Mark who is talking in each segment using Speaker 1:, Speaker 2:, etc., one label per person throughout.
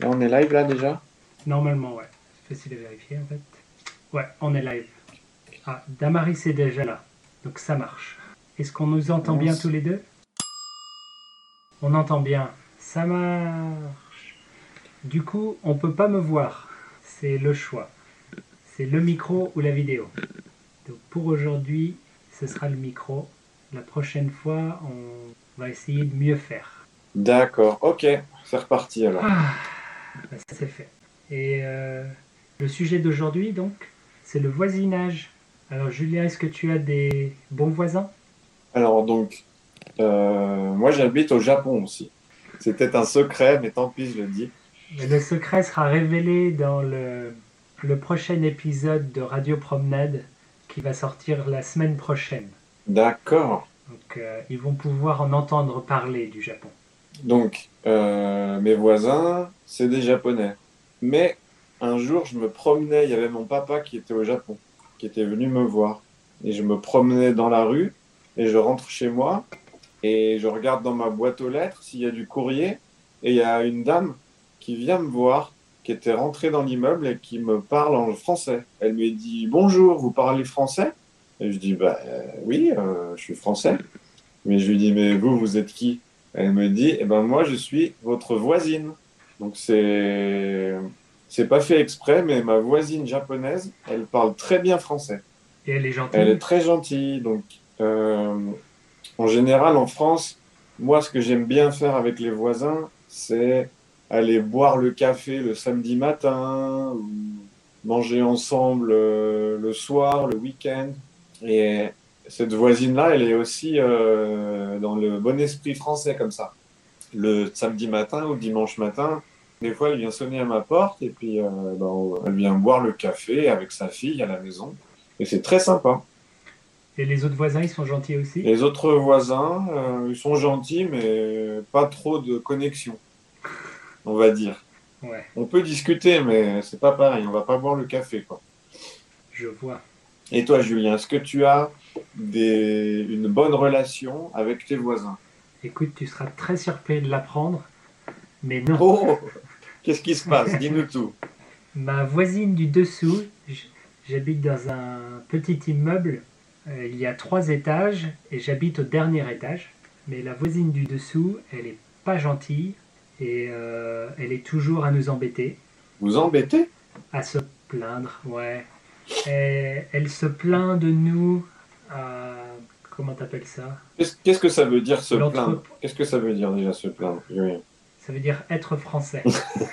Speaker 1: Là, on est live là déjà
Speaker 2: Normalement, ouais. Je vais essayer de vérifier en fait. Ouais, on est live. Ah, Damaris est déjà là. Donc ça marche. Est-ce qu'on nous entend
Speaker 1: Non,
Speaker 2: bien
Speaker 1: c'est-
Speaker 2: tous les deux On entend bien. Ça marche. Du coup, on peut pas me voir. C'est le choix. C'est le micro ou la vidéo. Donc pour aujourd'hui, ce sera le micro. La prochaine fois, on va essayer de mieux faire.
Speaker 1: D'accord, ok, c'est reparti alors.
Speaker 2: Ah, bah, ça c'est fait. Et euh, le sujet d'aujourd'hui, donc, c'est le voisinage. Alors, Julien, est-ce que tu as des bons voisins
Speaker 1: Alors donc, euh, moi j'habite au Japon aussi. C'était un secret, mais tant pis, je le dis.
Speaker 2: Mais Le secret sera révélé dans le, le prochain épisode de Radio Promenade qui va sortir la semaine prochaine.
Speaker 1: D'accord.
Speaker 2: Donc, euh, ils vont pouvoir en entendre parler du Japon.
Speaker 1: Donc, euh, mes voisins, c'est des Japonais. Mais un jour, je me promenais, il y avait mon papa qui était au Japon, qui était venu me voir. Et je me promenais dans la rue, et je rentre chez moi, et je regarde dans ma boîte aux lettres s'il y a du courrier, et il y a une dame qui vient me voir, qui était rentrée dans l'immeuble et qui me parle en français. Elle me dit Bonjour, vous parlez français Et je dis Bah euh, oui, euh, je suis français. Mais je lui dis Mais vous, vous êtes qui elle me dit, eh ben moi je suis votre voisine. Donc c'est c'est pas fait exprès, mais ma voisine japonaise, elle parle très bien français.
Speaker 2: Et elle est gentille.
Speaker 1: Elle est très gentille. Donc euh, en général en France, moi ce que j'aime bien faire avec les voisins, c'est aller boire le café le samedi matin, ou manger ensemble euh, le soir, le week-end. Et cette voisine-là, elle est aussi euh, dans le bon esprit français comme ça. Le samedi matin ou dimanche matin, des fois, elle vient sonner à ma porte et puis euh, ben, elle vient boire le café avec sa fille à la maison. Et c'est très sympa.
Speaker 2: Et les autres voisins, ils sont gentils aussi.
Speaker 1: Les autres voisins, euh, ils sont gentils, mais pas trop de connexion, on va dire.
Speaker 2: Ouais,
Speaker 1: On peut discuter, mais c'est pas pareil. On va pas boire le café, quoi.
Speaker 2: je vois.
Speaker 1: Et toi, Julien, est-ce que tu as des... une bonne relation avec tes voisins
Speaker 2: Écoute, tu seras très surpris de l'apprendre. Mais non.
Speaker 1: Oh Qu'est-ce qui se passe Dis-nous tout.
Speaker 2: Ma voisine du dessous, j- j'habite dans un petit immeuble. Euh, il y a trois étages et j'habite au dernier étage. Mais la voisine du dessous, elle est pas gentille et euh, elle est toujours à nous embêter,
Speaker 1: Vous embêtez
Speaker 2: à se plaindre. Ouais. Et elle se plaint de nous. À... Comment t'appelles ça
Speaker 1: Qu'est-ce qu'est-ce que ça veut dire se
Speaker 2: L'entre-
Speaker 1: plaindre Qu'est-ce que ça veut dire déjà se plaindre Julien
Speaker 2: Ça veut dire être français.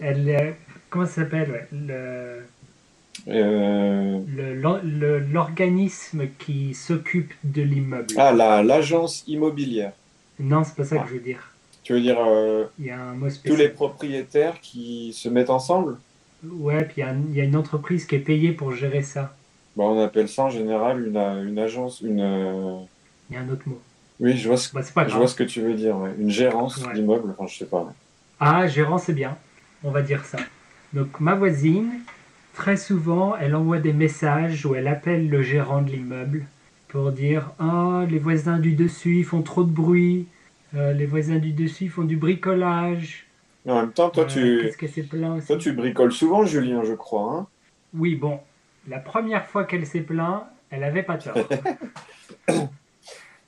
Speaker 2: elle, euh, comment ça s'appelle ouais, le...
Speaker 1: Euh,
Speaker 2: Le- l'or- le- l'organisme qui s'occupe de l'immeuble.
Speaker 1: Ah, la- l'agence immobilière.
Speaker 2: Non, c'est pas ça que je veux dire.
Speaker 1: Tu veux dire euh,
Speaker 2: Il y a un mot
Speaker 1: tous les
Speaker 2: spécial.
Speaker 1: propriétaires qui se mettent ensemble
Speaker 2: Ouais, puis il y, a un- il y a une entreprise qui est payée pour gérer ça.
Speaker 1: bon, Bah, On appelle ça en général une, euh, une agence, une... euh,
Speaker 2: Il y a un autre mot.
Speaker 1: Oui, je vois ce,
Speaker 2: Bah, c'est pas
Speaker 1: je
Speaker 2: grave.
Speaker 1: vois ce que tu veux dire. ouais. Une gérance
Speaker 2: Ouais.
Speaker 1: d'immeuble, enfin je sais pas.
Speaker 2: Ah, gérant, c'est bien. On va dire ça. Donc, ma voisine, très souvent, elle envoie des messages où elle appelle le gérant de l'immeuble pour dire Ah, les voisins du dessus, ils font trop de bruit. Euh, les voisins du dessus, ils font du bricolage.
Speaker 1: Mais en même temps, toi,
Speaker 2: Euh,
Speaker 1: tu...
Speaker 2: Qu'est-ce que c'est plein aussi
Speaker 1: toi tu bricoles souvent Julien, je crois. hein.
Speaker 2: Oui, bon, la première fois qu'elle s'est plainte, elle n'avait pas tort.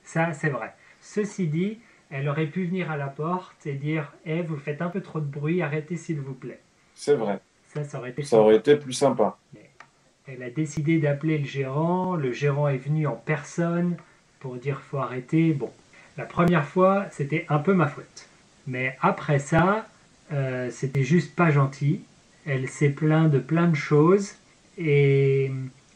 Speaker 2: Ça, c'est vrai. Ceci dit, elle aurait pu venir à la porte et dire Eh, vous faites un peu trop de bruit, arrêtez s'il vous plaît.
Speaker 1: C'est vrai.
Speaker 2: Ça, ça aurait été
Speaker 1: Ça aurait été plus sympa.
Speaker 2: Elle a décidé d'appeler le gérant. Le gérant est venu en personne pour dire faut arrêter. Bon, la première fois, c'était un peu ma faute. Mais après ça, euh, c'était juste pas gentil. Elle s'est plainte de plein de choses et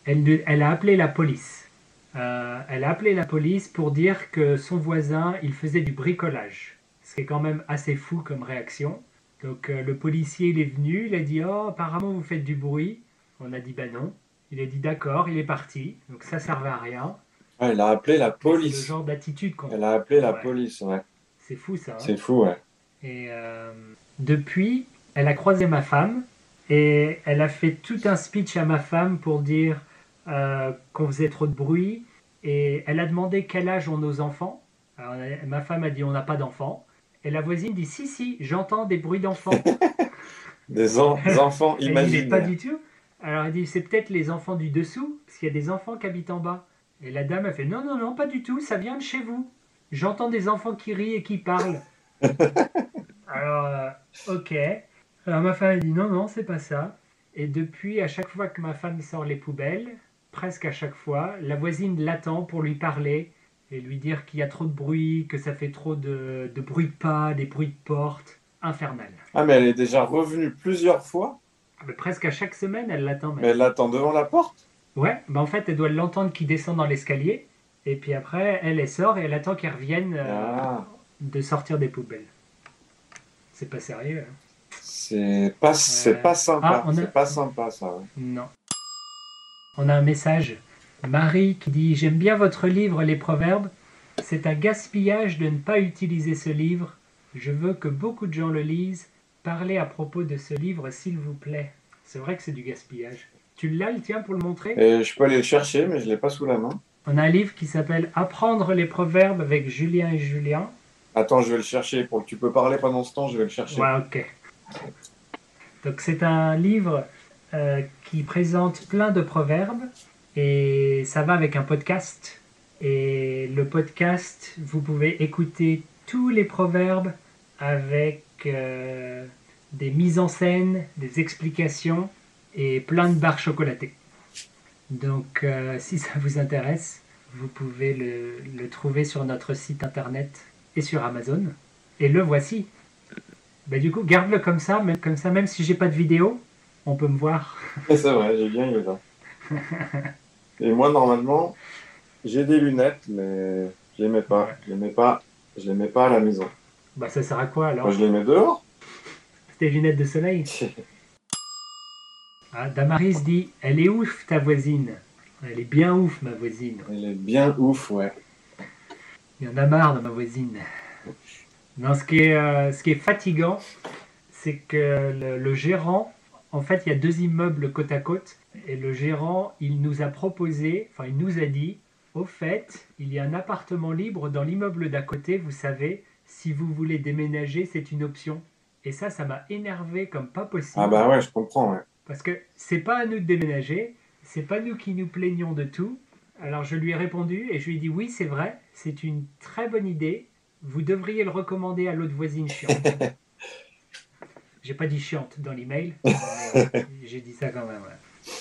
Speaker 2: elle, ne- elle a appelé la police. Euh, elle a appelé la police pour dire que son voisin, il faisait du bricolage. Ce qui est quand même assez fou comme réaction. Donc euh, le policier, il est venu, il a dit Oh, apparemment vous faites du bruit. On a dit bah non. Il a dit d'accord, il est parti. Donc ça servait à rien.
Speaker 1: Ah, elle a appelé la
Speaker 2: C'est le
Speaker 1: police.
Speaker 2: genre d'attitude qu'on
Speaker 1: Elle a appelé la
Speaker 2: Ouais.
Speaker 1: police, ouais.
Speaker 2: C'est fou ça. hein.
Speaker 1: C'est fou, ouais.
Speaker 2: Et euh, depuis, elle a croisé ma femme et elle a fait tout un speech à ma femme pour dire euh, qu'on faisait trop de bruit. Et elle a demandé quel âge ont nos enfants. Alors, elle- ma femme a dit on n'a pas d'enfants. Et la voisine dit Si, si, j'entends des bruits d'enfants.
Speaker 1: Des, en- des enfants
Speaker 2: Et il n'est pas
Speaker 1: imaginaires.
Speaker 2: du tout. Alors elle dit C'est peut-être les enfants du dessous, parce qu'il y a des enfants qui habitent en bas. Et la dame a fait Non, non, non, pas du tout, ça vient de chez vous. J'entends des enfants qui rient et qui parlent. Alors, euh, ok. Alors ma femme a dit non, non, c'est pas ça. Et depuis, à chaque fois que ma femme sort les poubelles, presque à chaque fois, la voisine l'attend pour lui parler et lui dire qu'il y a trop de bruit, que ça fait trop de, de bruit de pas, des bruits de porte. Infernal.
Speaker 1: Ah, mais elle est déjà revenue plusieurs fois,
Speaker 2: Ah, mais presque à chaque semaine, elle l'attend même.
Speaker 1: mais elle l'attend devant la porte.
Speaker 2: Ouais, bah en fait, elle doit l'entendre qui descend dans l'escalier. Et puis après, elle, elle sort et elle attend qu'elle revienne euh,
Speaker 1: Ah,
Speaker 2: de sortir des poubelles. C'est pas sérieux. hein.
Speaker 1: c'est pas, c'est pas sympa.
Speaker 2: Ah, on a-
Speaker 1: C'est pas sympa, ça. ouais.
Speaker 2: Non. On a un message. Marie qui dit J'aime bien votre livre Les Proverbes. C'est un gaspillage de ne pas utiliser ce livre. Je veux que beaucoup de gens le lisent. Parlez à propos de ce livre, s'il vous plaît. C'est vrai que c'est du gaspillage. Tu l'as le tien pour le montrer
Speaker 1: Et je peux aller le chercher, mais je l'ai pas sous la main.
Speaker 2: On a un livre qui s'appelle Apprendre les Proverbes avec Julien et Julien.
Speaker 1: Attends, je vais le chercher. Pour... Tu peux parler pendant ce temps, je vais le chercher.
Speaker 2: Ouais, ok. Donc c'est un livre euh, qui présente plein de proverbes et ça va avec un podcast. Et le podcast, vous pouvez écouter tous les proverbes avec euh, des mises en scène, des explications et plein de barres chocolatées. Donc euh, si ça vous intéresse, vous pouvez le- le trouver sur notre site internet et sur Amazon. Et le voici. Bah du coup, garde-le comme ça, même, comme ça, même si j'ai pas de vidéo, on peut me voir.
Speaker 1: C'est vrai, j'ai bien eu là. Et moi, normalement, j'ai des lunettes, mais je les mets pas.
Speaker 2: Ouais.
Speaker 1: Je les mets pas. Je les mets pas à la maison.
Speaker 2: Bah ça sert à quoi alors
Speaker 1: Moi, je les mets dehors.
Speaker 2: Tes lunettes de soleil ah, Damaris dit, elle est ouf ta voisine. Elle est bien ouf ma voisine.
Speaker 1: Elle est bien ouf, ouais.
Speaker 2: Il y en a marre de ma voisine. Non, ce qui est, euh, ce qui est fatigant, c'est que le, le gérant, en fait, il y a deux immeubles côte à côte, et le gérant, il nous a proposé, enfin, il nous a dit, au fait, il y a un appartement libre dans l'immeuble d'à côté, vous savez, si vous voulez déménager, c'est une option. Et ça, ça m'a énervé comme pas possible.
Speaker 1: Ah bah ouais, je comprends, ouais.
Speaker 2: Parce que c'est pas à nous de déménager, c'est pas nous qui nous plaignons de tout. Alors je lui ai répondu et je lui ai dit oui, c'est vrai, c'est une très bonne idée. Vous devriez le recommander à l'autre voisine chiante. j'ai pas dit chiante dans l'email, mais j'ai dit ça quand même. ouais.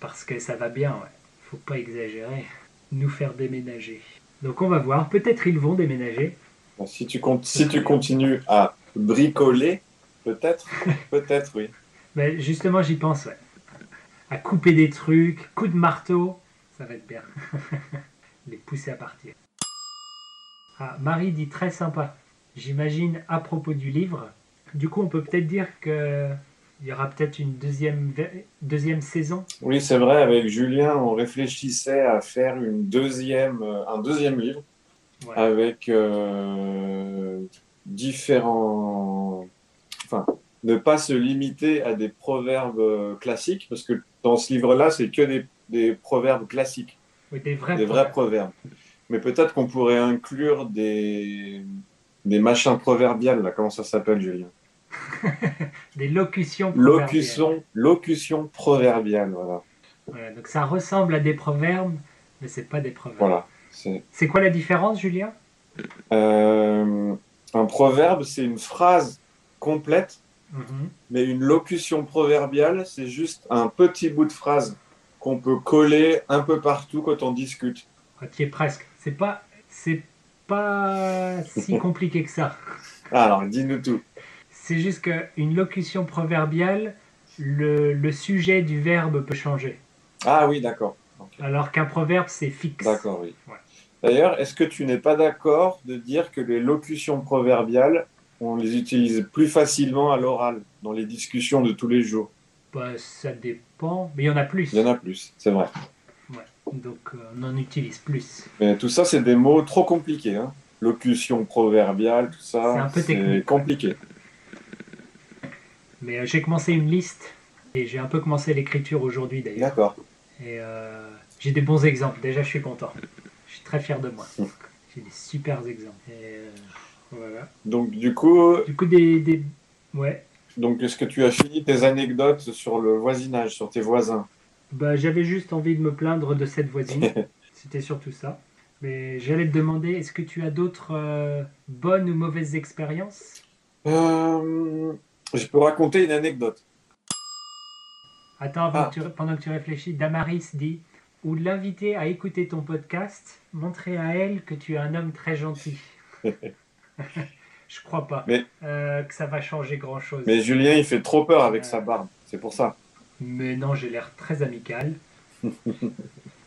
Speaker 2: Parce que ça va bien, ouais. faut pas exagérer. Nous faire déménager. Donc on va voir, peut-être ils vont déménager.
Speaker 1: Bah, Si tu, con- si tu continues à bricoler, peut-être, peut-être, oui.
Speaker 2: Mais justement, j'y pense, ouais. À couper des trucs, coups de marteau, ça va être bien. Les pousser à partir. Ah, Marie dit très sympa. J'imagine à propos du livre. Du coup, on peut peut-être dire que il y aura peut-être une deuxième, ve- deuxième saison.
Speaker 1: Oui, c'est vrai, avec Julien, on réfléchissait à faire une deuxième, euh, un deuxième livre
Speaker 2: Ouais.
Speaker 1: avec euh, différents. Enfin, ne pas se limiter à des proverbes euh, classiques, parce que dans ce livre-là, c'est que des, des proverbes classiques,
Speaker 2: Oui, des vrais.
Speaker 1: des vrais proverbes. Mais peut-être qu'on pourrait inclure des, des machins proverbiales, là, comment ça s'appelle, Julien
Speaker 2: des locutions. proverbiales.
Speaker 1: Locution, locution proverbiale, voilà.
Speaker 2: Voilà, donc ça ressemble à des proverbes, mais c'est pas des proverbes.
Speaker 1: Voilà, c'est.
Speaker 2: C'est quoi la différence, Julien
Speaker 1: Euh, un proverbe, c'est une phrase complète,
Speaker 2: Mhm.
Speaker 1: mais une locution proverbiale, c'est juste un petit bout de phrase qu'on peut coller un peu partout quand on discute.
Speaker 2: Ah, t'y es presque. C'est pas, c'est pas si compliqué que ça.
Speaker 1: Ah, Alors, dis-nous tout.
Speaker 2: C'est juste qu'une locution proverbiale, le, le sujet du verbe peut changer.
Speaker 1: Ah oui, d'accord. Ok.
Speaker 2: Alors qu'un proverbe, c'est fixe.
Speaker 1: D'accord, oui.
Speaker 2: Ouais.
Speaker 1: D'ailleurs, est-ce que tu n'es pas d'accord de dire que les locutions proverbiales, on les utilise plus facilement à l'oral, dans les discussions de tous les jours
Speaker 2: Bah, ça dépend, mais il y en a plus.
Speaker 1: Il y en a plus, c'est vrai.
Speaker 2: Donc euh, on en utilise plus.
Speaker 1: Mais tout ça, c'est des mots trop compliqués. Hein. Locution proverbiale, tout
Speaker 2: C'est
Speaker 1: ça,
Speaker 2: un peu
Speaker 1: c'est
Speaker 2: technique.
Speaker 1: compliqué.
Speaker 2: Mais euh, j'ai commencé une liste et j'ai un peu commencé l'écriture aujourd'hui d'ailleurs.
Speaker 1: D'accord.
Speaker 2: Et euh, j'ai des bons
Speaker 1: Hum.
Speaker 2: exemples. Déjà, je suis content. Je suis très fier de moi. J'ai des super exemples. Et euh, Voilà.
Speaker 1: Donc, du coup,
Speaker 2: Du coup, des, des... Ouais.
Speaker 1: donc est-ce que tu as fini tes anecdotes sur le voisinage, sur tes voisins
Speaker 2: Bah, j'avais juste envie de me plaindre de cette voisine. C'était surtout ça. Mais j'allais te demander, est-ce que tu as d'autres euh, bonnes ou mauvaises expériences
Speaker 1: Euh, Je peux raconter une anecdote.
Speaker 2: Attends, avant
Speaker 1: Ah.
Speaker 2: que tu ré- pendant que tu réfléchis, Damaris dit ou de l'inviter à écouter ton podcast, montrer à elle que tu es un homme très gentil. Je crois pas
Speaker 1: Mais-
Speaker 2: euh, que ça va changer grand chose.
Speaker 1: Mais Julien, il fait trop peur avec sa barbe. C'est pour ça.
Speaker 2: Mais non, j'ai l'air très amical.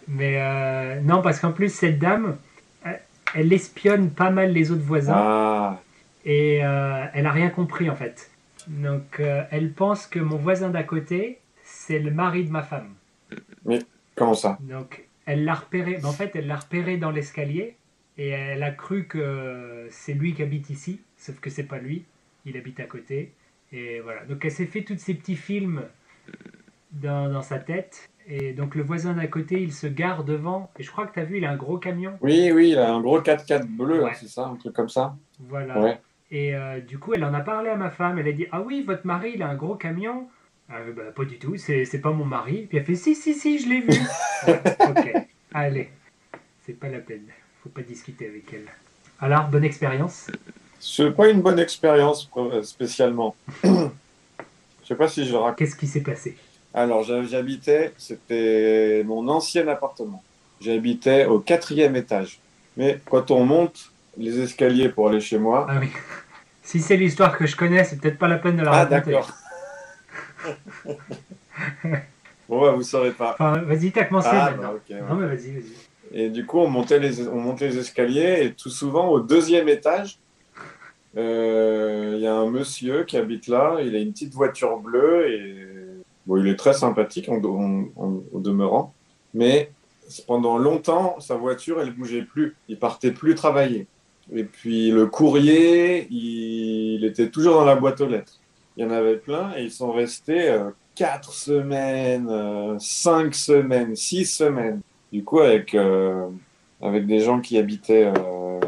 Speaker 2: Mais euh, non, parce qu'en plus, cette dame, elle, elle espionne pas mal les autres voisins.
Speaker 1: Ah,
Speaker 2: et euh, elle a rien compris en fait. Donc euh, elle pense que mon voisin d'à côté, c'est le mari de ma femme.
Speaker 1: comment ça
Speaker 2: Donc elle l'a repéré, en fait elle l'a repéré dans l'escalier et elle a cru que c'est lui qui habite ici, sauf que c'est pas lui, il habite à côté. Et voilà, donc elle s'est fait tous ces petits films dans, dans sa tête. Et donc le voisin d'à côté, il se gare devant. Et je crois que tu as vu, il a un gros camion.
Speaker 1: Oui, oui, il a un gros 4x4 bleu,
Speaker 2: Ouais.
Speaker 1: c'est ça, un truc comme ça
Speaker 2: Voilà.
Speaker 1: Ouais.
Speaker 2: Et euh, du coup, elle en a parlé à ma femme. Elle a dit Ah oui, votre mari, il a un gros camion. Euh, bah, pas du tout, c'est c'est pas mon mari. Puis elle fait Si, si, si, je l'ai vu. Ouais, ok, allez, c'est pas la peine. Faut pas discuter avec elle. Alors, bonne expérience.
Speaker 1: C'est pas une bonne expérience euh, spécialement. Je sais pas si je le raconte.
Speaker 2: Qu'est-ce qui s'est passé
Speaker 1: Alors, j'ha- j'habitais, c'était mon ancien appartement. J'habitais au quatrième étage. Mais quand on monte les escaliers pour aller chez moi.
Speaker 2: Ah oui. Si c'est l'histoire que je connais, c'est peut-être pas la peine de la
Speaker 1: Ah,
Speaker 2: raconter.
Speaker 1: d'accord. bon, bah, vous saurez pas.
Speaker 2: Enfin, vas-y, t'as commencé
Speaker 1: Ah, bah,
Speaker 2: maintenant.
Speaker 1: ok. ouais.
Speaker 2: Non, mais vas-y, vas-y.
Speaker 1: Et du coup, on montait les, on montait les escaliers et tout souvent au deuxième étage, euh, il y a un monsieur qui habite là. Il a une petite voiture bleue et bon, il est très sympathique en, en- en- au demeurant. Mais pendant longtemps, sa voiture, elle bougeait plus. Il partait plus travailler. Et puis le courrier, il, il était toujours dans la boîte aux lettres. Il y en avait plein et ils sont restés euh, quatre semaines, euh, cinq semaines, six semaines du coup, avec, euh, avec des gens qui habitaient euh,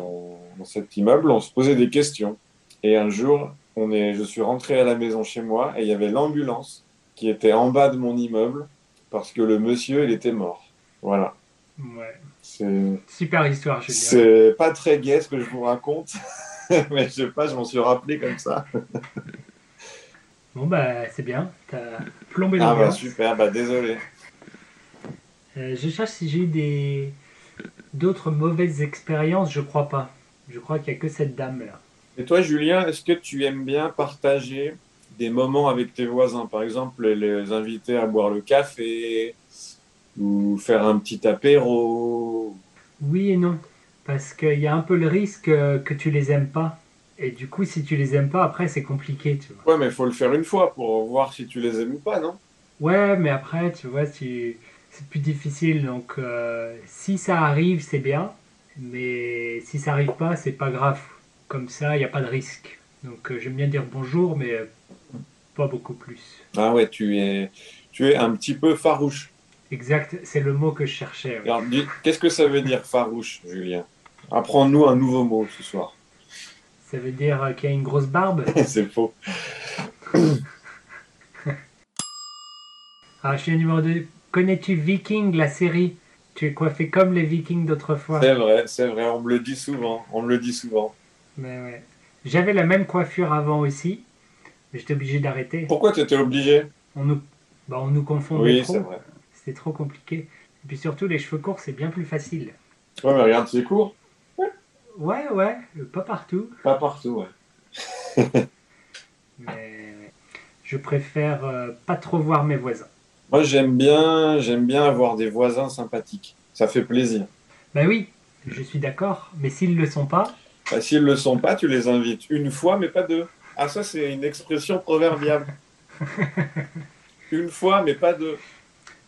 Speaker 1: dans cet immeuble, on se posait des questions. Et un jour, on est, je suis rentré à la maison chez moi et il y avait l'ambulance qui était en bas de mon immeuble parce que le monsieur, il était mort. Voilà.
Speaker 2: Ouais.
Speaker 1: C'est
Speaker 2: Super histoire, Julien.
Speaker 1: c'est pas très gai ce que je vous raconte, mais je sais pas, je m'en suis rappelé comme ça.
Speaker 2: Bon, bah, c'est bien. T'as plombé
Speaker 1: Ah bah
Speaker 2: l'ambiance.
Speaker 1: super, bah désolé.
Speaker 2: Euh, je cherche si j'ai eu des d'autres mauvaises expériences, je crois pas. Je crois qu'il y a que cette dame là.
Speaker 1: Et toi, Julien, est-ce que tu aimes bien partager des moments avec tes voisins, par exemple les inviter à boire le café ou faire un petit apéro
Speaker 2: Oui et non, parce qu'il y a un peu le risque euh, que tu les aimes pas. Et du coup, si tu les aimes pas, après c'est compliqué, tu vois.
Speaker 1: Ouais, mais il faut le faire une fois pour voir si tu les aimes ou pas, non
Speaker 2: Ouais, mais après, tu vois, tu... c'est plus difficile. Donc, euh, si ça arrive, c'est bien. Mais si ça arrive pas, c'est pas grave. Comme ça, il n'y a pas de risque. Donc, euh, j'aime bien dire bonjour, mais euh, pas beaucoup plus.
Speaker 1: Ah ouais, tu es, tu es un petit peu farouche.
Speaker 2: Exact, c'est le mot que je cherchais. ouais.
Speaker 1: Alors, dis- qu'est-ce que ça veut dire farouche, Julien Apprends-nous un nouveau mot ce soir.
Speaker 2: Ça veut dire euh, qu'il y a une grosse barbe
Speaker 1: C'est faux.
Speaker 2: Ah, je suis numéro 2. Connais-tu Viking, la série Tu es coiffé comme les Vikings d'autrefois.
Speaker 1: C'est vrai, c'est vrai, on me le dit souvent, on me le dit souvent.
Speaker 2: Mais ouais. J'avais la même coiffure avant aussi, mais j'étais obligé d'arrêter.
Speaker 1: Pourquoi tu étais obligé
Speaker 2: On nous, bah, on nous confondait
Speaker 1: Oui, c'est
Speaker 2: trop.
Speaker 1: vrai.
Speaker 2: C'était trop compliqué. Et puis surtout, les cheveux courts, c'est bien plus facile.
Speaker 1: Ouais, mais regarde, c'est court,
Speaker 2: Ouais, ouais, euh, pas partout.
Speaker 1: pas partout, ouais.
Speaker 2: Mais ouais. je préfère euh, pas trop voir mes voisins.
Speaker 1: Moi, j'aime bien, j'aime bien avoir des voisins sympathiques. Ça fait plaisir.
Speaker 2: Bah oui, je suis d'accord, mais s'ils le sont pas,
Speaker 1: Bah, S'ils le sont pas, tu les invites une fois, mais pas deux. Ah, ça, c'est une expression proverbiale. une fois, mais pas deux.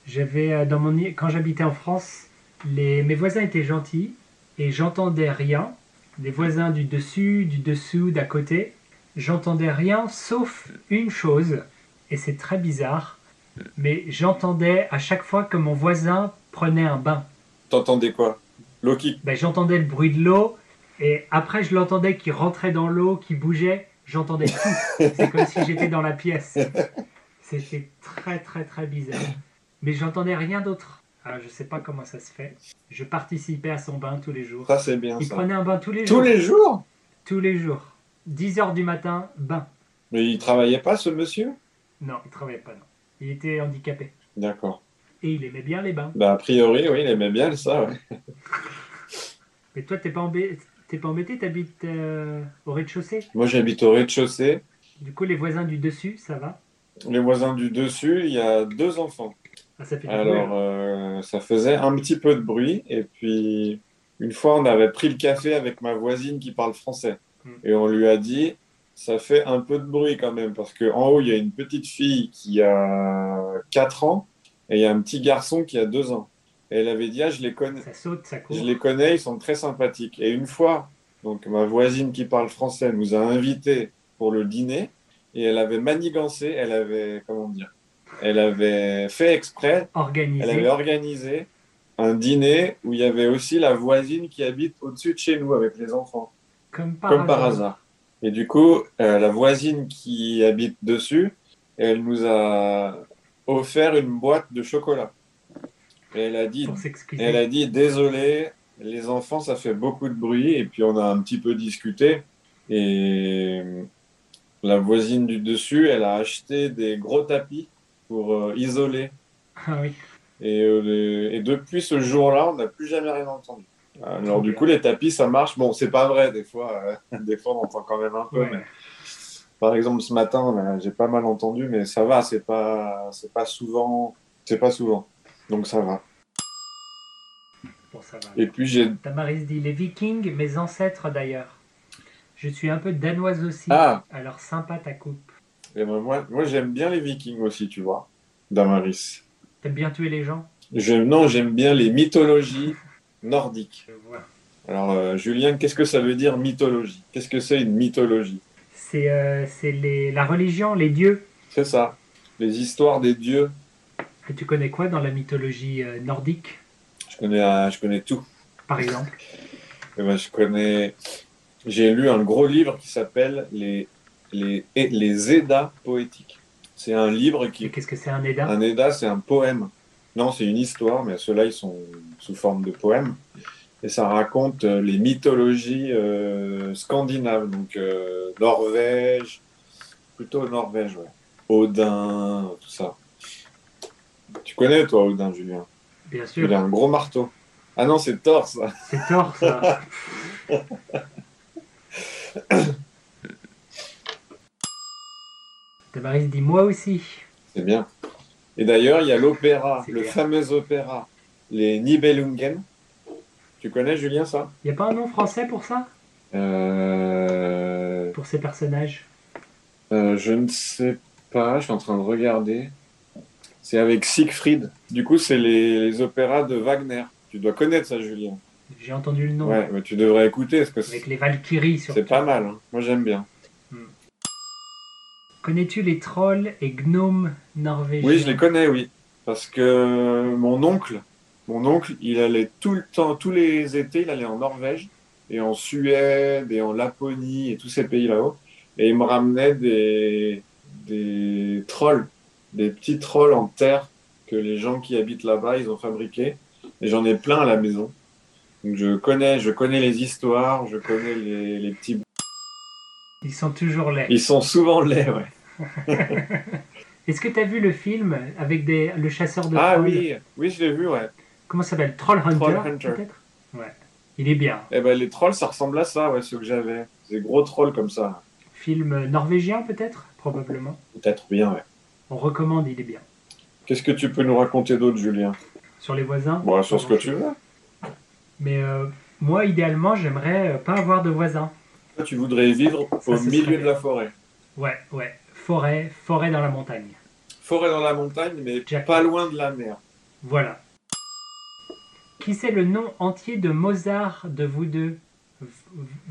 Speaker 2: J'avais euh, dans mon i- quand j'habitais en France, les mes voisins étaient gentils et j'entendais rien. Les voisins du dessus, du dessous, d'à côté, j'entendais rien sauf une chose et c'est très bizarre, mais j'entendais à chaque fois que mon voisin prenait un bain.
Speaker 1: T'entendais quoi Loki.
Speaker 2: Ben, j'entendais le bruit de l'eau Et après, je l'entendais qui rentrait dans l'eau, qui bougeait. J'entendais tout. C'est comme si j'étais dans la pièce. C'était très, très, très bizarre. Mais j'entendais rien d'autre. Alors, je sais pas comment ça se fait. Je participais à son bain tous les jours.
Speaker 1: Ça, c'est bien
Speaker 2: Il
Speaker 1: ça.
Speaker 2: prenait un bain tous les
Speaker 1: Tous
Speaker 2: jours.
Speaker 1: les jours
Speaker 2: Tous les jours. 10 heures du matin, bain.
Speaker 1: Mais il travaillait pas, ce monsieur
Speaker 2: Non, il travaillait pas, non. Il était handicapé.
Speaker 1: D'accord.
Speaker 2: Et il aimait bien les bains.
Speaker 1: Bah, a priori, oui, il aimait bien ça, ouais.
Speaker 2: Mais toi, t'es pas embêté, t'es pas embêté, t'habites euh, au rez-de-chaussée.
Speaker 1: Moi, j'habite au rez-de-chaussée.
Speaker 2: Du coup, les voisins du dessus, ça va
Speaker 1: Les voisins du dessus, il y a deux enfants.
Speaker 2: Ah, ça fait du bruit.
Speaker 1: Alors,
Speaker 2: alors.
Speaker 1: euh, ça faisait un petit peu de bruit. Et puis, une fois, on avait pris le café avec ma voisine qui parle français.
Speaker 2: Mm.
Speaker 1: Et on lui a dit, ça fait un peu de bruit quand même. Parce qu'en haut, il y a une petite fille qui a 4 ans et il y a un petit garçon qui a 2 ans. Et elle avait dit, ah, je les connais.
Speaker 2: Ça saute, ça court.
Speaker 1: Je les connais, ils sont très sympathiques. Et une fois, donc ma voisine qui parle français nous a invités pour le dîner et elle avait manigancé, elle avait comment dire, elle avait fait exprès, elle
Speaker 2: Organisé.
Speaker 1: avait organisé un dîner où il y avait aussi la voisine qui habite au-dessus de chez nous avec les enfants,
Speaker 2: Comme par,
Speaker 1: comme par hasard. Et du coup, euh, la voisine qui habite dessus, elle nous a offert une boîte de chocolat. Et elle a dit,
Speaker 2: Pour
Speaker 1: et
Speaker 2: s'excuser.
Speaker 1: elle a dit désolé, les enfants, ça fait beaucoup de bruit. Et puis on a un petit peu discuté. Et la voisine du dessus, elle a acheté des gros tapis pour euh, isoler.
Speaker 2: Ah oui.
Speaker 1: Et, euh, les- et depuis ce jour-là, on n'a plus jamais rien entendu. Alors du coup, les tapis, ça marche. Bon, c'est pas vrai. Des fois, euh, des fois, on entend quand même un peu.
Speaker 2: Ouais.
Speaker 1: mais Par exemple, ce matin, là, j'ai pas mal entendu, mais ça va. C'est pas, c'est pas souvent, c'est pas souvent. Donc ça va.
Speaker 2: Bon, ça va.
Speaker 1: Et puis j'ai
Speaker 2: Tamaris dit les Vikings, mes ancêtres d'ailleurs. Je suis un peu danoise aussi.
Speaker 1: ah.
Speaker 2: Alors sympa ta coupe.
Speaker 1: Eh ben, moi, moi j'aime bien les Vikings aussi, tu vois, Damaris.
Speaker 2: T'aimes bien tuer les gens
Speaker 1: Je, non, j'aime bien les mythologies nordiques.
Speaker 2: Je vois.
Speaker 1: Alors, euh, Julien, qu'est-ce que ça veut dire mythologie Qu'est-ce que c'est une mythologie
Speaker 2: C'est euh, c'est les- la religion, les dieux.
Speaker 1: C'est ça, les histoires des dieux.
Speaker 2: Et tu connais quoi dans la mythologie euh, nordique,
Speaker 1: Je connais, euh, je connais tout.
Speaker 2: par exemple
Speaker 1: Eh ben, je connais. J'ai lu un gros livre qui s'appelle les, les, et- les Eddas poétiques. C'est un livre qui. Ah,
Speaker 2: Et qu'est-ce que c'est un Edda
Speaker 1: Un Edda, c'est un poème. Non, c'est une histoire, mais ceux-là, ils sont sous forme de poème. Et ça raconte euh, les mythologies euh, scandinaves, donc euh, Norvège, plutôt Norvège, ouais. Odin, tout ça. Tu connais, toi, Odin, Julien
Speaker 2: Bien
Speaker 1: Il
Speaker 2: sûr.
Speaker 1: a un gros marteau. Ah non, c'est Thor, ça.
Speaker 2: C'est tort ça. Tamaris dit moi aussi.
Speaker 1: C'est bien. Et d'ailleurs, il y a l'opéra,
Speaker 2: C'est
Speaker 1: le
Speaker 2: bien.
Speaker 1: fameux opéra, les Nibelungen. Tu connais, Julien, ça
Speaker 2: Y a pas un nom français pour ça
Speaker 1: euh...
Speaker 2: Pour ces personnages
Speaker 1: Euh, je ne sais pas, je suis en train de regarder. C'est avec Siegfried. Du coup, c'est les, les opéras de Wagner. Tu dois connaître ça, Julien.
Speaker 2: J'ai entendu le nom.
Speaker 1: Ouais, mais tu devrais écouter parce que
Speaker 2: Avec
Speaker 1: c'est
Speaker 2: les Valkyries sur
Speaker 1: c'est pas mal. hein. Moi, j'aime bien.
Speaker 2: Connais-tu les trolls et gnomes norvégiens
Speaker 1: Oui, je les connais, oui. Parce que mon oncle, mon oncle, il allait tout le temps, tous les étés, il allait en Norvège et en Suède et en Laponie et tous ces pays là-haut. Et il me ramenait des, des trolls, des petits trolls en terre que les gens qui habitent là-bas, ils ont fabriqués. Et j'en ai plein à la maison. Donc je connais, je connais les histoires, je connais les, les petits.
Speaker 2: Ils sont toujours là.
Speaker 1: Ils sont souvent laids, ouais.
Speaker 2: Est-ce que tu as vu le film avec des... le chasseur de
Speaker 1: Ah
Speaker 2: trolls
Speaker 1: oui, oui, je l'ai vu, ouais.
Speaker 2: Comment ça s'appelle Troll Hunter,
Speaker 1: Trollhunter.
Speaker 2: peut-être Ouais. Il est bien.
Speaker 1: Eh ben, les trolls, ça ressemble à ça, ouais, ceux que j'avais. Des gros trolls comme ça.
Speaker 2: Film norvégien, peut-être Probablement.
Speaker 1: Peut-être bien, ouais.
Speaker 2: On recommande, il est bien.
Speaker 1: Qu'est-ce que tu peux nous raconter d'autre, Julien
Speaker 2: Sur les voisins
Speaker 1: Bon, sur ce que tu veux.
Speaker 2: Mais euh, moi, idéalement, j'aimerais euh, pas avoir de voisins.
Speaker 1: Toi, tu voudrais vivre
Speaker 2: Ça,
Speaker 1: au
Speaker 2: ce serait
Speaker 1: milieu de
Speaker 2: bien.
Speaker 1: la forêt.
Speaker 2: Ouais, ouais. Forêt, forêt dans la montagne.
Speaker 1: Forêt dans la montagne, mais
Speaker 2: Jack.
Speaker 1: pas loin de la mer.
Speaker 2: Voilà. Qui c'est le nom entier de Mozart de vous deux V-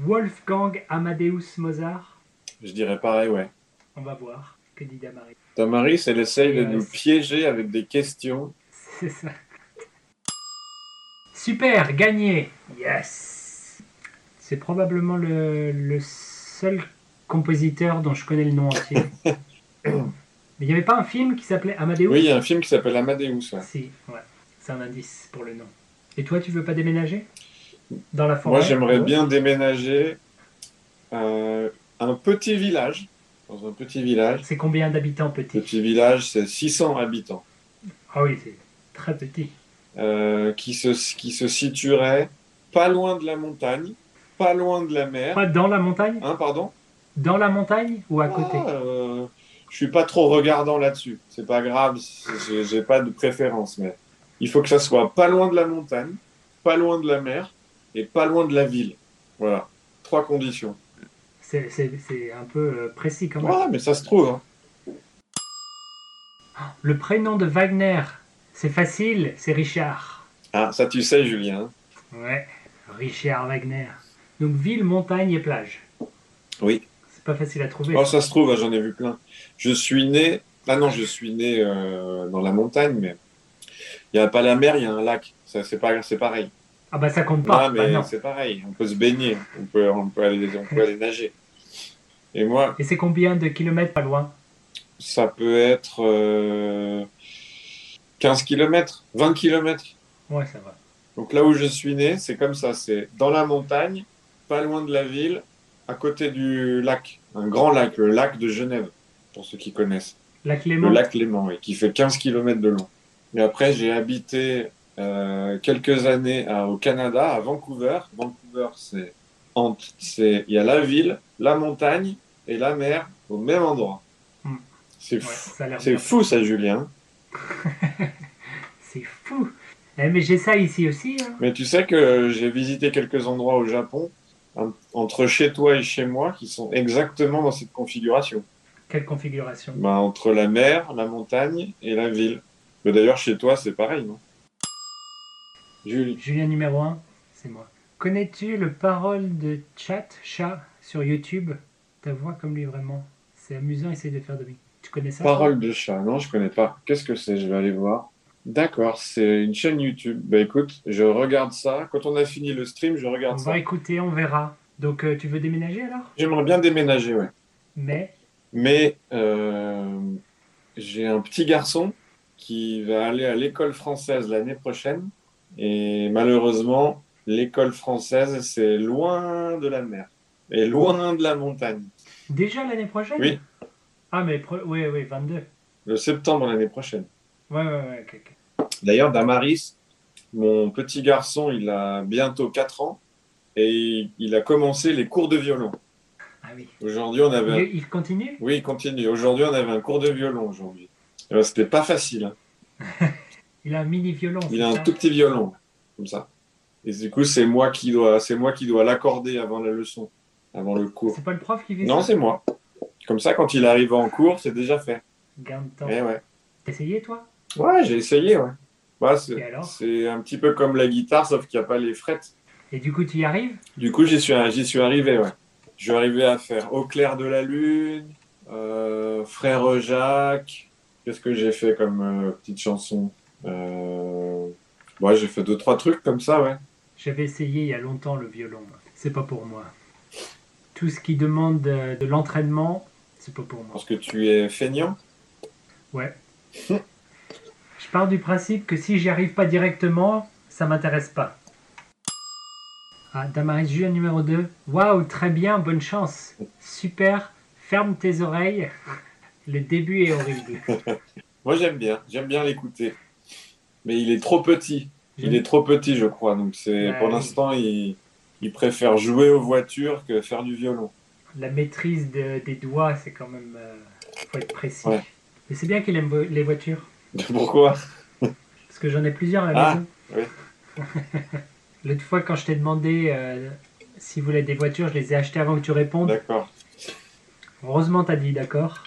Speaker 2: Wolfgang Amadeus Mozart
Speaker 1: Je dirais pareil, ouais.
Speaker 2: On va voir. Que dit Damaris
Speaker 1: Tamaris, elle essaye de
Speaker 2: Ouais,
Speaker 1: nous
Speaker 2: c'est-
Speaker 1: piéger avec des questions.
Speaker 2: C'est ça. Super, gagné Yes C'est probablement le, le seul compositeur dont je connais le nom entier. Mais il n'y avait pas un film qui s'appelait Amadeus
Speaker 1: Oui, il y a un film qui s'appelle Amadeus. ouais.
Speaker 2: Si, ouais. C'est un indice pour le nom. Et toi, tu veux pas déménager Dans la forêt
Speaker 1: Moi, j'aimerais
Speaker 2: Ouais.
Speaker 1: bien déménager à un petit village. Dans un petit village.
Speaker 2: C'est combien d'habitants petits
Speaker 1: Petit village, c'est 600 habitants.
Speaker 2: Ah oui, c'est très petit.
Speaker 1: euh, qui, se, qui se situerait pas loin de la montagne, pas loin de la mer.
Speaker 2: Pas dans la montagne
Speaker 1: Hein, pardon
Speaker 2: Dans la montagne ou à côté
Speaker 1: Ah, euh, Je suis pas trop regardant là-dessus. C'est pas grave, j'ai- j'ai pas de préférence, mais il faut que ça soit pas loin de la montagne, pas loin de la mer et pas loin de la ville. Voilà, trois conditions.
Speaker 2: C'est- C'est c'est un peu euh, précis quand même.
Speaker 1: Ouais, mais ça se trouve. hein.
Speaker 2: Le prénom de Wagner, c'est facile, c'est Richard.
Speaker 1: Ah, ça tu sais, Julien. hein.
Speaker 2: Ouais, Richard Wagner. Donc ville, montagne et plage.
Speaker 1: Oui.
Speaker 2: C'est pas facile à trouver.
Speaker 1: Oh, ça se trouve, j'en ai vu plein. Je suis né. Ah non, je suis né euh, dans la montagne, mais il n'y a pas la mer, il y a un lac. Ça, c'est pas, c'est pareil.
Speaker 2: Ah bah ça compte pas.
Speaker 1: Ah,
Speaker 2: Bah,
Speaker 1: mais
Speaker 2: non.
Speaker 1: c'est pareil, on peut se baigner, on peut, on peut, aller, on peut aller nager. Et moi,
Speaker 2: Et c'est combien de kilomètres pas loin
Speaker 1: ça peut être euh, 15 km, 20 km.
Speaker 2: Ouais, ça va.
Speaker 1: Donc là où je suis né, c'est comme ça, c'est dans la montagne, pas loin de la ville, à côté du lac, un grand lac, le lac de Genève, pour ceux qui connaissent.
Speaker 2: La
Speaker 1: Le
Speaker 2: Clément
Speaker 1: lac Léman, oui, qui fait 15 km de long. Et après, j'ai habité euh, quelques années à- au Canada, à Vancouver. Vancouver, c'est entre- c'est- il y a la ville, la montagne et la mer au même endroit.
Speaker 2: Hmm.
Speaker 1: C'est
Speaker 2: Ouais,
Speaker 1: fou.
Speaker 2: ça a l'air
Speaker 1: C'est
Speaker 2: bien.
Speaker 1: fou ça, Julien.
Speaker 2: C'est fou. Eh, mais j'ai ça ici aussi. hein.
Speaker 1: Mais tu sais que j'ai visité quelques endroits au Japon, en- entre chez toi et chez moi, qui sont exactement dans cette configuration.
Speaker 2: Quelle configuration
Speaker 1: Bah, entre la mer, la montagne et la ville. Mais d'ailleurs, chez toi, c'est pareil, non Julie.
Speaker 2: Julien numéro 1, c'est moi. Connais-tu le parole de chat, chat, sur YouTube Ta voix comme lui vraiment. C'est amusant, essaye de faire demi. Tu connais ça toi
Speaker 1: Parole de chat, non, je connais pas. Qu'est-ce que c'est Je vais aller voir. D'accord, c'est une chaîne YouTube. Bah écoute, je regarde ça. Quand on a fini le stream, je
Speaker 2: On
Speaker 1: regarde ça.
Speaker 2: va écouter, on verra. Donc euh, tu veux déménager alors
Speaker 1: J'aimerais bien déménager, ouais.
Speaker 2: Mais
Speaker 1: Mais euh, j'ai un petit garçon qui va aller à l'école française l'année prochaine. Et malheureusement, l'école française, c'est loin de la mer et loin de la montagne.
Speaker 2: déjà l'année prochaine
Speaker 1: Oui.
Speaker 2: Ah mais pro- oui, oui, 22. Ouais,
Speaker 1: Le septembre l'année prochaine.
Speaker 2: ouais, ouais, ok, ok.
Speaker 1: D'ailleurs, Damaris, mon petit garçon, il a bientôt 4 ans et il- il a commencé les cours de violon.
Speaker 2: Ah oui.
Speaker 1: Aujourd'hui, on avait.
Speaker 2: Il, il continue
Speaker 1: Oui, il continue. Aujourd'hui, on avait un cours de violon aujourd'hui. Eh ben, C'était pas facile. hein.
Speaker 2: Il a un mini violon.
Speaker 1: Il
Speaker 2: c'est
Speaker 1: a un
Speaker 2: ça
Speaker 1: tout petit violon, comme ça. Et du coup, c'est moi qui dois, c'est moi qui dois l'accorder avant la leçon, avant le cours.
Speaker 2: C'est pas le prof qui fait
Speaker 1: Non,
Speaker 2: ça
Speaker 1: c'est moi. Comme ça, quand il arrive en cours, c'est déjà fait.
Speaker 2: Gain de temps.
Speaker 1: Eh ouais.
Speaker 2: T'as essayé toi
Speaker 1: Ouais, j'ai essayé, ouais. Bah,
Speaker 2: Et
Speaker 1: c'est
Speaker 2: alors
Speaker 1: c'est un petit peu comme la guitare, sauf qu'il n'y a pas les frettes.
Speaker 2: Et du coup tu y arrives
Speaker 1: Du coup, j'y suis, j'y suis arrivé, ouais. Je suis arrivé à faire Au clair de la lune, euh, Frère Jacques. Qu'est-ce que j'ai fait comme euh, petite chanson euh... Ouais, j'ai fait deux, trois trucs comme ça, ouais.
Speaker 2: J'avais essayé il y a longtemps le violon. C'est pas pour moi. Tout ce qui demande de, de l'entraînement, c'est pas pour moi.
Speaker 1: Parce que tu es feignant.
Speaker 2: Je pars du principe que si j'y arrive pas directement, ça m'intéresse pas. Ah, Damaris Julien numéro 2. Waouh, très bien, bonne chance. Super, ferme tes oreilles. Le début est horrible.
Speaker 1: Moi, j'aime bien. J'aime bien l'écouter. Mais il est trop petit. Il
Speaker 2: J'aime-
Speaker 1: est trop petit, je crois. Donc, c'est
Speaker 2: Mmh. Ouais,
Speaker 1: pour
Speaker 2: oui.
Speaker 1: l'instant, il... il préfère jouer aux voitures que faire du violon.
Speaker 2: La maîtrise de- des doigts, c'est quand même. euh, faut être précis.
Speaker 1: Ouais.
Speaker 2: Mais c'est bien qu'il aime vo- les voitures.
Speaker 1: Pourquoi
Speaker 2: Parce que j'en ai plusieurs à
Speaker 1: Ah,
Speaker 2: la maison.
Speaker 1: oui.
Speaker 2: L'autre fois, quand je t'ai demandé euh, si vous voulez des voitures, je les ai achetées avant que tu répondes.
Speaker 1: D'accord.
Speaker 2: Heureusement, t'as dit d'accord.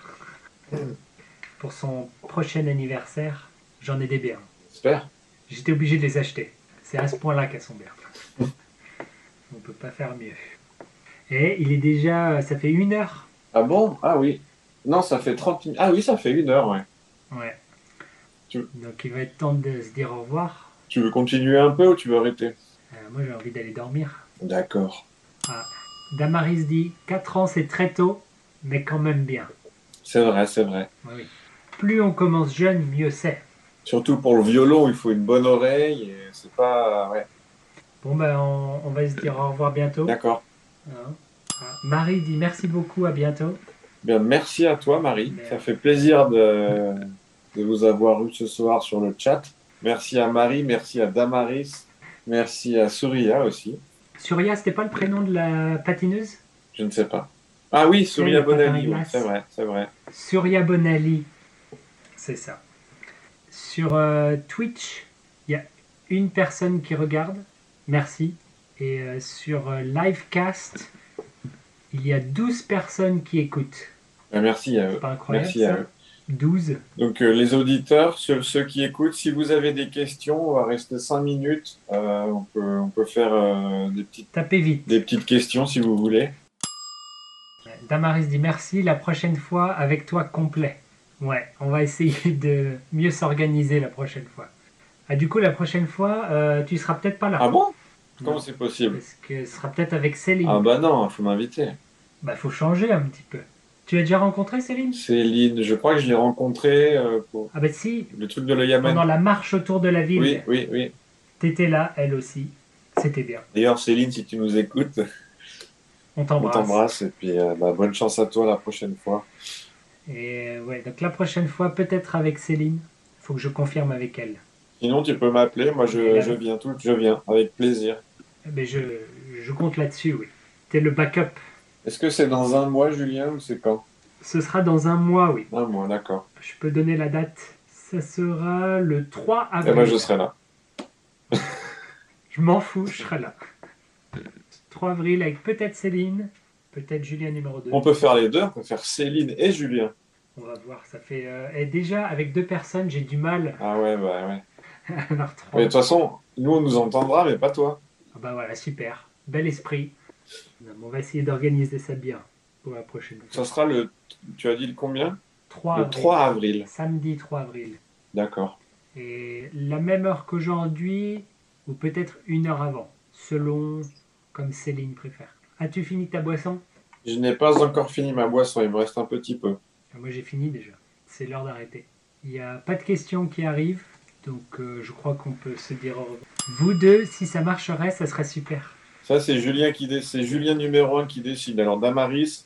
Speaker 2: Pour son prochain anniversaire, j'en ai des biens.
Speaker 1: J'espère.
Speaker 2: J'étais obligé de les acheter. C'est à ce point-là qu'elles sont bien. On peut pas faire mieux. Et il est déjà. Ça fait une heure.
Speaker 1: Ah bon Ah oui. Non, ça fait 30 minutes. Ah oui, ça fait une heure, ouais.
Speaker 2: Ouais.
Speaker 1: Tu-
Speaker 2: Donc il va être temps de se dire au revoir.
Speaker 1: Tu veux continuer un peu ou tu veux arrêter
Speaker 2: Euh, moi, j'ai envie d'aller dormir.
Speaker 1: D'accord.
Speaker 2: Ah. Damaris dit 4 ans c'est très tôt, mais quand même bien.
Speaker 1: C'est vrai, c'est vrai.
Speaker 2: Oui, oui. Plus on commence jeune, mieux c'est.
Speaker 1: Surtout pour le violon, il faut une bonne oreille. et C'est pas. Ouais,
Speaker 2: Bon, ben, on, on va se dire au revoir bientôt.
Speaker 1: d'accord.
Speaker 2: Hein. Ah. Marie dit merci beaucoup, à bientôt.
Speaker 1: Bien, merci à toi, Marie. Ça fait plaisir de, de vous avoir eu ce soir sur le chat. Merci à Marie, merci à Damaris, merci à Souria aussi.
Speaker 2: Surya, c'était pas le prénom de la patineuse
Speaker 1: Je ne sais pas. Ah oui, Souria
Speaker 2: Oui, le
Speaker 1: Bonali,
Speaker 2: patin
Speaker 1: oui,
Speaker 2: glace.
Speaker 1: c'est vrai, c'est vrai.
Speaker 2: Surya Bonali. C'est ça. Sur euh, Twitch, il y a une personne qui regarde. Merci. Et euh, sur euh, Livecast, il y a 12 personnes qui écoutent.
Speaker 1: Euh, Merci à
Speaker 2: C'est
Speaker 1: eux.
Speaker 2: pas incroyable
Speaker 1: Merci hein.
Speaker 2: ça
Speaker 1: à eux.
Speaker 2: 12.
Speaker 1: Donc euh, les auditeurs, ceux, ceux qui écoutent, si vous avez des questions, on va rester cinq minutes. Euh, on, peut, on peut faire euh, des, petites,
Speaker 2: Tapez vite.
Speaker 1: des petites questions si vous voulez.
Speaker 2: Damaris dit merci. La prochaine fois, avec toi complet. Ouais, on va essayer de mieux s'organiser la prochaine fois. Ah, du coup, la prochaine fois, euh, tu seras peut-être pas là.
Speaker 1: Ah bon
Speaker 2: Non.
Speaker 1: Comment c'est possible
Speaker 2: Parce que ce sera peut-être avec Céline.
Speaker 1: Ah bah non, faut m'inviter.
Speaker 2: Bah, faut changer un petit peu. Tu l'as déjà rencontré, Céline
Speaker 1: Céline, je crois que je l'ai rencontrée euh, pour
Speaker 2: Ah, bah, si,
Speaker 1: le truc de l'Oyaman.
Speaker 2: pendant la marche autour de la ville.
Speaker 1: Oui, oui, oui.
Speaker 2: T'étais là, elle aussi. C'était bien.
Speaker 1: D'ailleurs, Céline, si tu nous écoutes,
Speaker 2: On
Speaker 1: on
Speaker 2: t'embrasse.
Speaker 1: t'embrasse et puis euh, bah, bonne chance à toi la prochaine fois.
Speaker 2: Et euh, ouais, donc la prochaine fois, peut-être avec Céline. Faut que je confirme avec elle.
Speaker 1: Sinon, tu peux m'appeler, moi je, je viens tout, je viens avec plaisir.
Speaker 2: Mais Eh ben, je, je compte là-dessus, oui. T'es le backup.
Speaker 1: Est-ce que c'est dans un mois, Julien, ou c'est quand
Speaker 2: Ce sera dans un mois, oui.
Speaker 1: Un mois, d'accord.
Speaker 2: Je peux donner la date. Ça sera le 3
Speaker 1: Et
Speaker 2: avril.
Speaker 1: moi, Eh ben, je serai là.
Speaker 2: Je m'en fous, je serai là. 3 avril avec peut-être Céline, peut-être Julien numéro 2.
Speaker 1: On peut faire les deux, on peut faire Céline et Julien.
Speaker 2: On va voir, ça fait. euh, Et déjà, avec deux personnes, j'ai du mal
Speaker 1: Ah ouais, bah ouais.
Speaker 2: à leur trouver.
Speaker 1: Mais de toute façon, nous, on nous entendra, mais pas toi.
Speaker 2: Ah bah voilà, super. Bel esprit. Non, mais on va essayer d'organiser ça bien pour la prochaine
Speaker 1: Ça
Speaker 2: fois.
Speaker 1: sera le, tu as dit le combien
Speaker 2: 3
Speaker 1: Le
Speaker 2: avril.
Speaker 1: 3 avril.
Speaker 2: Samedi 3 avril.
Speaker 1: D'accord.
Speaker 2: Et la même heure qu'aujourd'hui, ou peut-être une heure avant, selon comme Céline préfère. As-tu fini ta boisson
Speaker 1: Je n'ai pas encore fini ma boisson, il me reste un petit peu.
Speaker 2: Ah, Moi j'ai fini déjà. C'est l'heure d'arrêter. Il n'y a pas de questions qui arrivent, donc euh, je crois qu'on peut se dire au revoir. Vous deux, si ça marcherait, ça serait super.
Speaker 1: Ça, c'est Julien qui dé- c'est Julien numéro 1 qui décide. Alors, Damaris,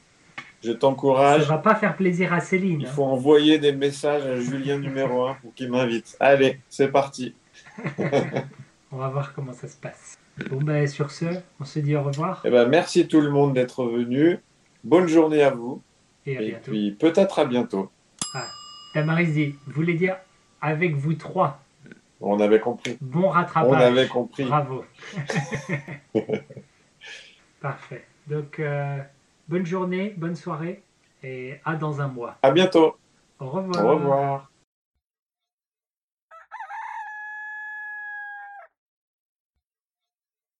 Speaker 1: je
Speaker 2: Ça ne
Speaker 1: t'encourage.
Speaker 2: va pas faire plaisir à Céline.
Speaker 1: Il
Speaker 2: hein.
Speaker 1: faut envoyer des messages à Julien numéro 1 pour qu'il m'invite. Allez, c'est parti.
Speaker 2: On va voir comment ça se passe. Bon ben sur ce, on se dit au revoir
Speaker 1: Eh ben, merci tout le monde d'être venu. Bonne journée à vous.
Speaker 2: et à
Speaker 1: Et
Speaker 2: bientôt.
Speaker 1: puis, peut-être à bientôt.
Speaker 2: Tamaris dit, vous voulez dire avec vous trois,
Speaker 1: On avait compris.
Speaker 2: bon
Speaker 1: On
Speaker 2: rattrapage.
Speaker 1: avait compris.
Speaker 2: Bravo. Parfait. Donc euh, bonne journée, bonne soirée et à dans un mois.
Speaker 1: À bientôt.
Speaker 2: Au
Speaker 1: Au revoir.